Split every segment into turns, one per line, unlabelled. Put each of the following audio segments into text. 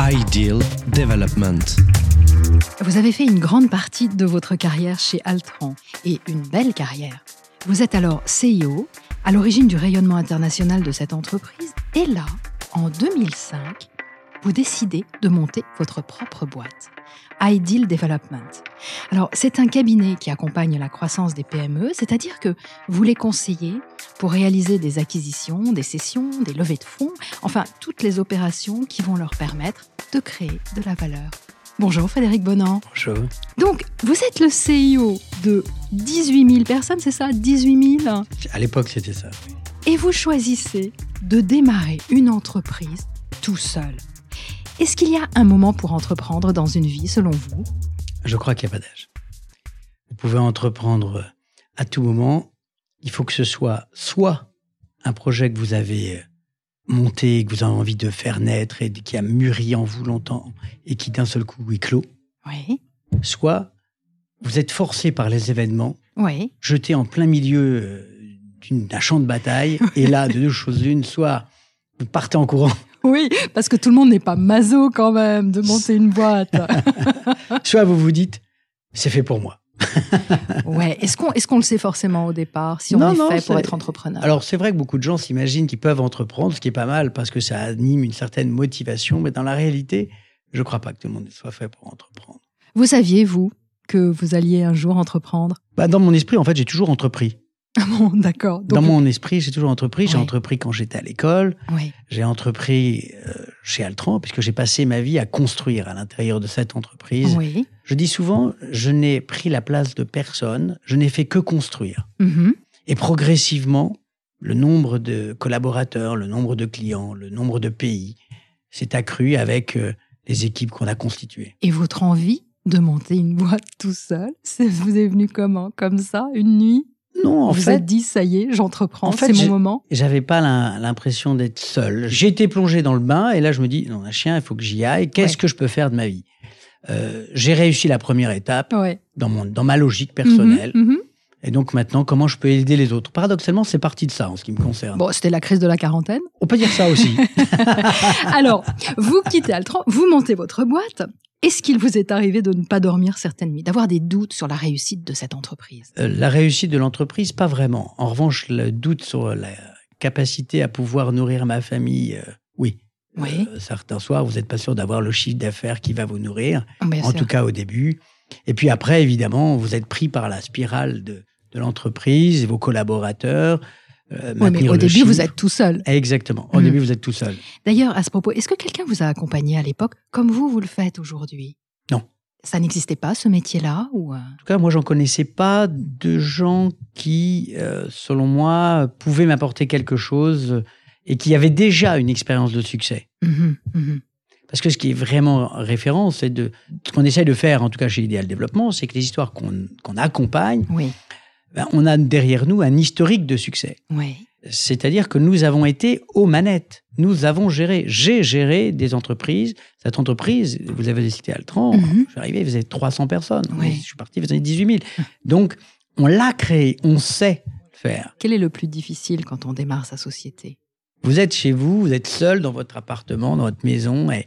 Ideal Development.
Vous avez fait une grande partie de votre carrière chez Altran, et une belle carrière. Vous êtes alors CIO, à l'origine du rayonnement international de cette entreprise, et là, en 2005, vous décidez de monter votre propre boîte, Ideal Development. Alors, c'est un cabinet qui accompagne la croissance des PME, c'est-à-dire que vous les conseillez pour réaliser des acquisitions, des cessions, des levées de fonds, enfin, toutes les opérations qui vont leur permettre de créer de la valeur. Bonjour Frédéric Bonan.
Bonjour.
Donc, vous êtes le CIO de 18 000 personnes, c'est ça 18 000
À l'époque, c'était ça.
Et vous choisissez de démarrer une entreprise tout seul. Est-ce qu'il y a un moment pour entreprendre dans une vie, selon vous
Je crois qu'il n'y a pas d'âge. Vous pouvez entreprendre euh, à tout moment. Il faut que ce soit soit un projet que vous avez euh, monté, que vous avez envie de faire naître et qui a mûri en vous longtemps et qui d'un seul coup éclot,
Oui.
soit vous êtes forcé par les événements,
Oui.
jeté en plein milieu euh, d'une- d'un champ de bataille, et là, de deux choses l'une, soit vous partez en courant,
Oui, parce que tout le monde n'est pas maso quand même de monter une boîte.
soit vous vous dites, c'est fait pour moi.
ouais. Est-ce qu'on est qu'on le sait forcément au départ, si on
Non,
est
non,
fait pour
c'est-
être entrepreneur
Alors c'est vrai que beaucoup de gens s'imaginent qu'ils peuvent entreprendre, ce qui est pas mal parce que ça anime une certaine motivation, mais dans la réalité, je crois pas que tout le monde soit fait pour entreprendre.
Vous saviez, vous, que vous alliez un jour entreprendre
Bah, dans mon esprit, en fait, j'ai toujours entrepris.
Ah bon, d'accord. Donc-
dans mon esprit, j'ai toujours entrepris. J'ai
Ouais.
entrepris quand j'étais à l'école,
Oui.
j'ai entrepris euh, chez Altran, puisque j'ai passé ma vie à construire à l'intérieur de cette entreprise.
Oui.
Je dis souvent, je n'ai pris la place de personne, je n'ai fait que construire.
Mhm.
Et progressivement, le nombre de collaborateurs, le nombre de clients, le nombre de pays s'est accru avec euh, les équipes qu'on a constituées.
Et votre envie de monter une boîte tout seul, ça vous est venu comment Comme ça, une nuit
Non, en
Vous
fait,
êtes dit, ça y est, j'entreprends,
en fait,
c'est mon
j'ai-
moment
j'avais pas l'im- l'impression d'être seul. J'ai été plongé dans le bain et là, je me dis, non, un chien, il faut que j'y aille. Qu'est-ce
Ouais.
que je peux faire de ma vie Euh, J'ai réussi la première étape
ouais.
dans, mon, dans ma logique personnelle.
Mhm, mhm.
Et donc maintenant, comment je peux aider les autres Paradoxalement, c'est parti de ça en ce qui me concerne.
Bon, c'était la crise de la quarantaine.
On peut dire ça aussi.
Alors, vous quittez Altran, vous montez votre boîte. Est-ce qu'il vous est arrivé de ne pas dormir certaines nuits, d'avoir des doutes sur la réussite de cette entreprise
Euh, la réussite de l'entreprise, pas vraiment. En revanche, le doute sur la capacité à pouvoir nourrir ma famille, euh, oui.
Oui.
Euh, certains soirs, vous n'êtes pas sûr d'avoir le chiffre d'affaires qui va vous nourrir,
Bien
en
sûr.
tout cas au début. Et puis après, évidemment, vous êtes pris par la spirale de, de l'entreprise, vos collaborateurs. euh,
Ouais, mais
maintenir
au
le
début,
chiffre.
vous êtes tout seul.
Exactement. Au
Mhm.
début, vous êtes tout seul.
D'ailleurs, à ce propos, est-ce que quelqu'un vous a accompagné à l'époque, comme vous, vous le faites aujourd'hui
Non.
Ça n'existait pas, ce métier-là ou euh,
En tout cas, moi, j'en connaissais pas de gens qui, euh, selon moi, pouvaient m'apporter quelque chose et qui avaient déjà une expérience de succès.
mhm, mhm.
Parce que ce qui est vraiment référent, c'est de ce qu'on essaye de faire, en tout cas chez Idéal Développement, c'est que les histoires qu'on qu'on accompagne,
Oui,
ben, on a derrière nous un historique de succès.
oui.
C'est-à-dire que nous avons été aux manettes. Nous avons géré. J'ai géré des entreprises. Cette entreprise, vous avez cité Altran,
Mhm.
je suis arrivé, vous avez 300 personnes.
Oui.
Je suis parti, vous avez 18 000. Donc, on l'a créé, on sait le faire.
Quel est le plus difficile quand on démarre sa société
Vous êtes chez vous, vous êtes seul dans votre appartement, dans votre maison, et,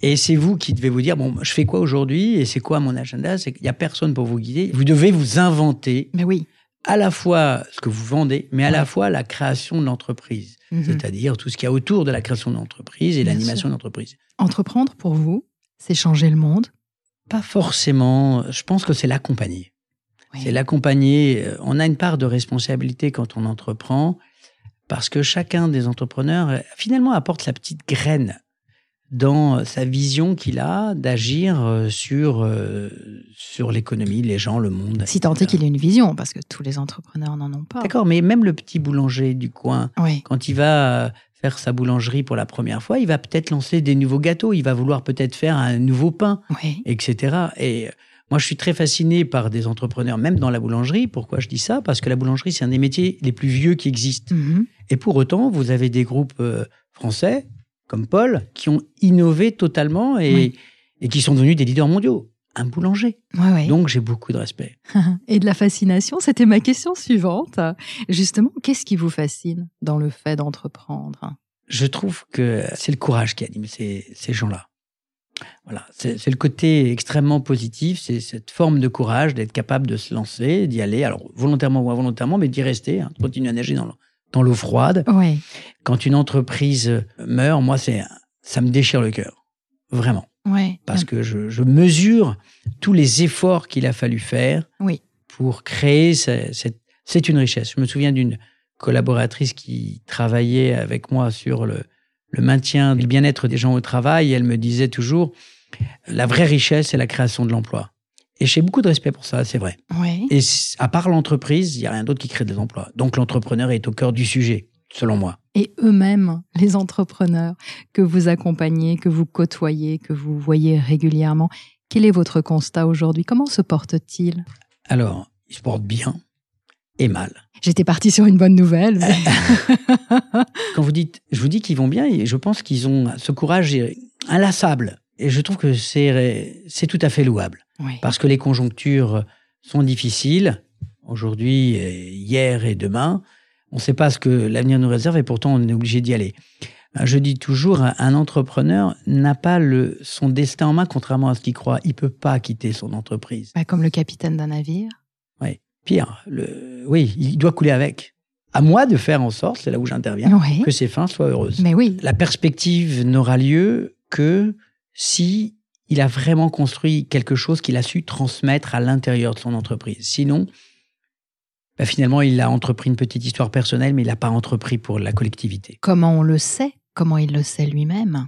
et c'est vous qui devez vous dire bon, je fais quoi aujourd'hui et c'est quoi mon agenda C'est qu'il n'y a personne pour vous guider. Vous devez vous inventer
Mais oui.
à la fois ce que vous vendez, mais à la fois la création de l'entreprise,
mhm.
c'est-à-dire tout ce qu'il y a autour de la création de l'entreprise et
Bien
l'animation de l'entreprise.
Entreprendre pour vous, c'est changer le monde.
Pas forcément. Je pense que c'est l'accompagner.
Oui.
C'est l'accompagner. Euh, On a une part de responsabilité quand on entreprend, parce que chacun des entrepreneurs, euh, finalement, apporte sa petite graine dans euh, sa vision qu'il a d'agir euh, sur, euh, sur l'économie, les gens, le monde.
Si tant est
etc.
qu'il ait une vision, parce que tous les entrepreneurs n'en ont pas.
D'accord, mais même le petit boulanger du coin,
Oui.
quand il va euh, faire sa boulangerie pour la première fois, il va peut-être lancer des nouveaux gâteaux, il va vouloir peut-être faire un nouveau pain
Oui.
etc. Et euh, moi, je suis très fasciné par des entrepreneurs, même dans la boulangerie. Pourquoi je dis ça Parce que la boulangerie, c'est un des métiers les plus vieux qui existent.
Mhm.
Et pour autant, vous avez des groupes euh, français, comme Paul, qui ont innové totalement et,
Oui.
et qui sont devenus des leaders mondiaux. Un boulanger.
Ouais, ouais.
Donc, j'ai beaucoup de respect.
Et de la fascination, c'était ma question suivante. Justement, qu'est-ce qui vous fascine dans le fait d'entreprendre
Je trouve que c'est le courage qui anime ces, ces gens-là. Voilà, c'est c'est le côté extrêmement positif, c'est cette forme de courage d'être capable de se lancer, d'y aller, alors volontairement ou involontairement, mais d'y rester, hein, de continuer à nager dans l'eau- dans l'eau froide.
Ouais.
Quand une entreprise meurt, moi, c'est ça me déchire le cœur, vraiment
Ouais.
parce que je, je mesure tous les efforts qu'il a fallu faire
Oui.
pour créer ce- cette... C'est une richesse. Je me souviens d'une collaboratrice qui travaillait avec moi sur le, le maintien et le bien-être des gens au travail. Elle me disait toujours, la vraie richesse, c'est la création de l'emploi. Et j'ai beaucoup de respect pour ça, c'est vrai.
Ouais.
Et c- à part l'entreprise, il n'y a rien d'autre qui crée des emplois. Donc l'entrepreneur est au cœur du sujet, selon moi.
Et eux-mêmes, les entrepreneurs que vous accompagnez, que vous côtoyez, que vous voyez régulièrement, quel est votre constat aujourd'hui Comment se portent-ils
Alors, ils se portent bien et mal.
J'étais partie sur une bonne nouvelle. mais-
Quand vous dites, je vous dis qu'ils vont bien, et je pense qu'ils ont ce courage eh, inlassable. Et je trouve que c'est c'est tout à fait louable.
Ouais.
Parce que les conjonctures sont difficiles, aujourd'hui, eh, hier et demain. On ne sait pas ce que l'avenir nous réserve et pourtant on est obligé d'y aller. Euh, Je dis toujours, un- un entrepreneur n'a pas le, son destin en main, contrairement à ce qu'il croit. Il peut pas quitter son entreprise.
Bah, comme le capitaine d'un navire.
Pire, le, oui, il doit couler avec. À moi de faire en sorte, c'est là où j'interviens,
Ouais.
que ses fins soient heureuses.
Mais oui.
La perspective n'aura lieu que si il a vraiment construit quelque chose qu'il a su transmettre à l'intérieur de son entreprise. Sinon, bah, finalement, il a entrepris une petite histoire personnelle, mais il n'a pas entrepris pour la collectivité.
Comment on le sait Comment il le sait lui-même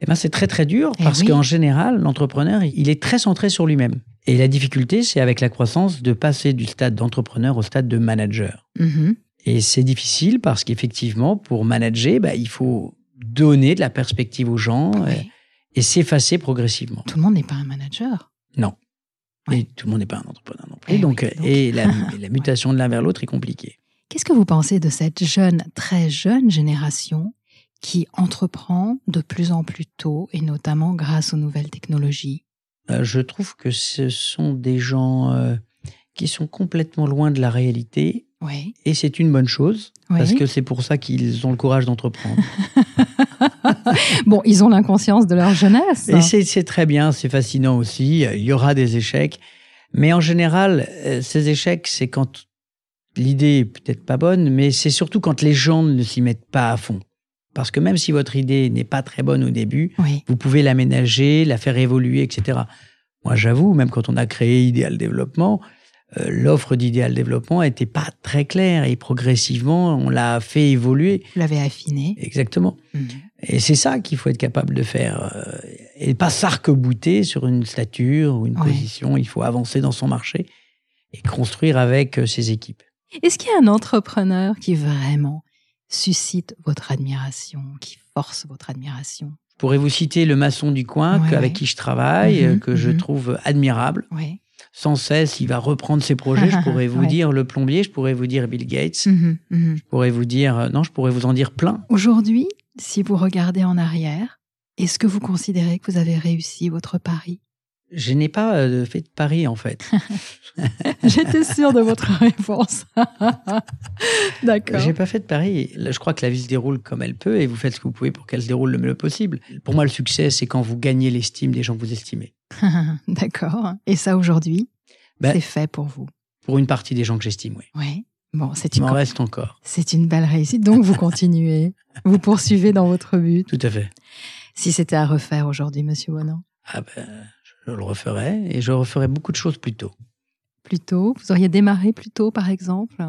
Eh ben, c'est très très dur
Eh
parce
oui.
qu'en général, l'entrepreneur, il est très centré sur lui-même. Et la difficulté, c'est avec la croissance de passer du stade d'entrepreneur au stade de manager.
Mhm.
Et c'est difficile parce qu'effectivement, pour manager, bah, il faut donner de la perspective aux gens euh,
Ouais.
et s'effacer progressivement.
Tout le monde n'est pas un manager. Ouais.
Et tout le monde n'est pas un entrepreneur non plus.
Eh
donc,
oui,
euh,
donc.
Et la, et la mutation de l'un vers l'autre est compliquée.
Qu'est-ce que vous pensez de cette jeune, très jeune génération qui entreprend de plus en plus tôt et notamment grâce aux nouvelles technologies
Euh, je trouve que ce sont des gens euh, qui sont complètement loin de la réalité.
Oui.
Et c'est une bonne chose,
oui.
parce que c'est pour ça qu'ils ont le courage d'entreprendre.
Bon, ils ont l'inconscience de leur jeunesse.
Et c'est c'est très bien, c'est fascinant aussi. Il y aura des échecs. Mais en général, euh, ces échecs, c'est quand l'idée est peut-être pas bonne, mais c'est surtout quand les gens ne s'y mettent pas à fond. Parce que même si votre idée n'est pas très bonne au début,
Oui.
vous pouvez l'aménager, la faire évoluer, etc. Moi, j'avoue, même quand on a créé Idéal Développement, euh, l'offre d'Idéal Développement n'était pas très claire et progressivement, on l'a fait évoluer.
Vous l'avez affiné.
Exactement.
Mhm.
Et c'est ça qu'il faut être capable de faire. euh, Et pas s'arc-bouter sur une stature ou une
Ouais.
position. Il faut avancer dans son marché et construire avec euh, ses équipes.
Est-ce qu'il y a un entrepreneur qui vraiment suscite votre admiration, qui force votre admiration
Je pourrais vous citer le maçon du coin
Ouais,
que- avec
ouais.
qui je travaille,
Mhm,
euh, que je
mhm.
trouve admirable.
Oui.
Sans cesse, il va reprendre ses projets. Je pourrais vous
Ouais.
dire le plombier, je pourrais vous dire Bill Gates,
Mhm, mhm.
je pourrais vous dire... euh, Non, je pourrais vous en dire plein.
Aujourd'hui, si vous regardez en arrière, est-ce que vous considérez que vous avez réussi votre pari
Je n'ai pas euh, fait de pari, en fait.
J'étais sûre de votre réponse. D'accord.
J'ai pas fait de Paris. Je crois que la vie se déroule comme elle peut et vous faites ce que vous pouvez pour qu'elle se déroule le mieux possible. Pour moi, le succès, c'est quand vous gagnez l'estime des gens que vous estimez.
D'accord. Et ça, aujourd'hui,
Ben-
c'est fait pour vous.
Pour une partie des gens que j'estime, oui.
Oui. Bon, c'est
Il
une,
m'en reste encore.
c'est une belle réussite. Donc, vous continuez. vous poursuivez dans votre but.
Tout à fait.
Si c'était à refaire aujourd'hui, monsieur Bonan,
Ah ben, je le referai et je referai beaucoup de choses plus tôt.
plus tôt, vous auriez démarré plus tôt, par exemple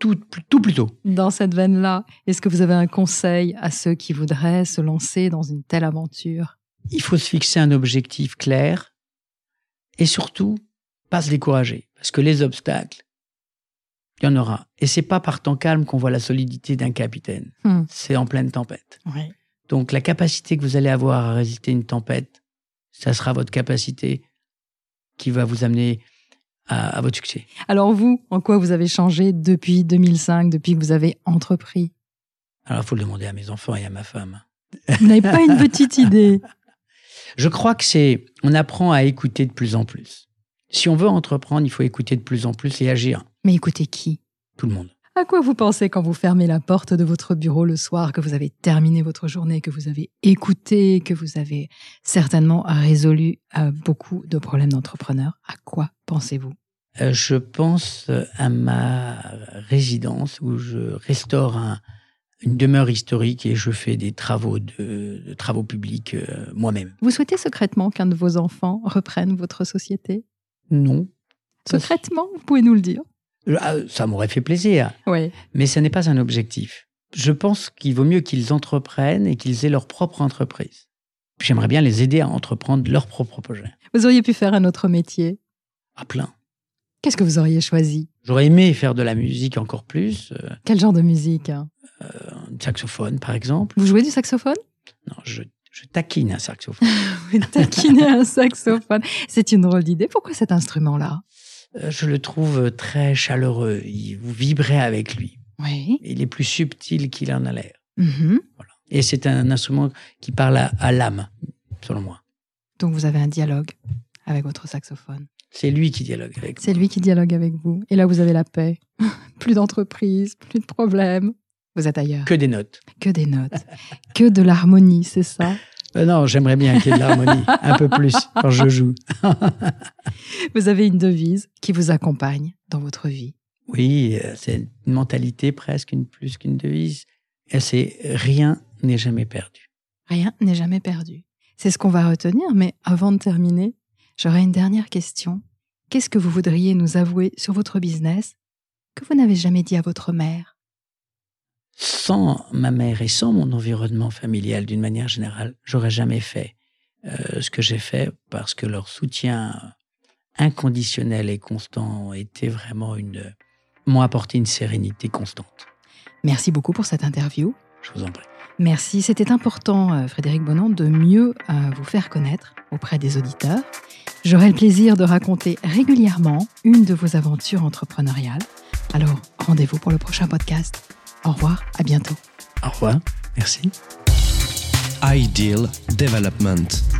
Tout, tout plus tôt.
dans cette veine-là, est-ce que vous avez un conseil à ceux qui voudraient se lancer dans une telle aventure
Il faut se fixer un objectif clair et surtout, pas se décourager. Parce que les obstacles, il y en aura. Et c'est pas par temps calme qu'on voit la solidité d'un capitaine.
Hmm.
C'est en pleine tempête.
Oui.
Donc la capacité que vous allez avoir à résister à une tempête, ça sera votre capacité qui va vous amener à, à votre succès.
Alors vous, en quoi vous avez changé depuis 2005, depuis que vous avez entrepris
Alors il faut le demander à mes enfants et à ma femme.
Vous n'avez pas une petite idée
Je crois que c'est, on apprend à écouter de plus en plus. Si on veut entreprendre, il faut écouter de plus en plus et agir.
Mais écoutez qui
Tout le monde.
À quoi vous pensez quand vous fermez la porte de votre bureau le soir, que vous avez terminé votre journée, que vous avez écouté, que vous avez certainement résolu euh, beaucoup de problèmes d'entrepreneurs À quoi pensez-vous
Euh, Je pense euh, à ma résidence où je restaure un- une demeure historique et je fais des travaux de, de travaux publics euh, moi-même.
Vous souhaitez secrètement qu'un de vos enfants reprenne votre société
Non. Ça,
Secrètement, vous pouvez nous le dire.
c'est- Ah, ça m'aurait fait plaisir.
Oui.
Mais ce n'est pas un objectif. Je pense qu'il vaut mieux qu'ils entreprennent et qu'ils aient leur propre entreprise. J'aimerais bien les aider à entreprendre leur propre projet.
Vous auriez pu faire un autre métier.
À plein.
Qu'est-ce que vous auriez choisi
J'aurais aimé faire de la musique encore plus, euh,
Quel genre de musique hein
un saxophone par exemple.
Vous jouez du saxophone
Non, je, je taquine un saxophone.
Vous taquinez un saxophone. C'est une drôle d'idée. Pourquoi cet instrument-là
Euh, je le trouve très chaleureux. Il, vous vibrez avec lui.
Oui.
Il est plus subtil qu'il en a l'air.
Mm-hmm.
Et c'est un instrument qui parle à, à l'âme, selon moi.
Donc vous avez un dialogue avec votre saxophone.
C'est lui qui dialogue avec
C'est lui qui dialogue avec vous. Et là, vous avez la paix. plus d'entreprise, plus de problèmes. Vous êtes ailleurs.
que des notes.
Que des notes. que de l'harmonie, c'est ça.
Euh, non, j'aimerais bien qu'il y ait de l'harmonie, un peu plus, quand je joue.
Vous avez une devise qui vous accompagne dans votre vie.
Oui, euh, c'est une mentalité presque une plus qu'une devise. Et c'est rien n'est jamais perdu.
Rien n'est jamais perdu. C'est ce qu'on va retenir, mais avant de terminer, j'aurais une dernière question. Qu'est-ce que vous voudriez nous avouer sur votre business que vous n'avez jamais dit à votre mère
Sans ma mère et sans mon environnement familial d'une manière générale, j'aurais jamais fait euh, ce que j'ai fait parce que leur soutien inconditionnel et constant était vraiment une m'ont apporté une sérénité constante.
Merci beaucoup pour cette interview.
Je vous en prie.
Merci, c'était important, euh, Frédéric Bonan, de mieux euh, vous faire connaître auprès des auditeurs. J'aurai le plaisir de raconter régulièrement une de vos aventures entrepreneuriales. Alors, rendez-vous pour le prochain podcast. Au revoir, à bientôt.
Au revoir. Merci.
Ideal Development.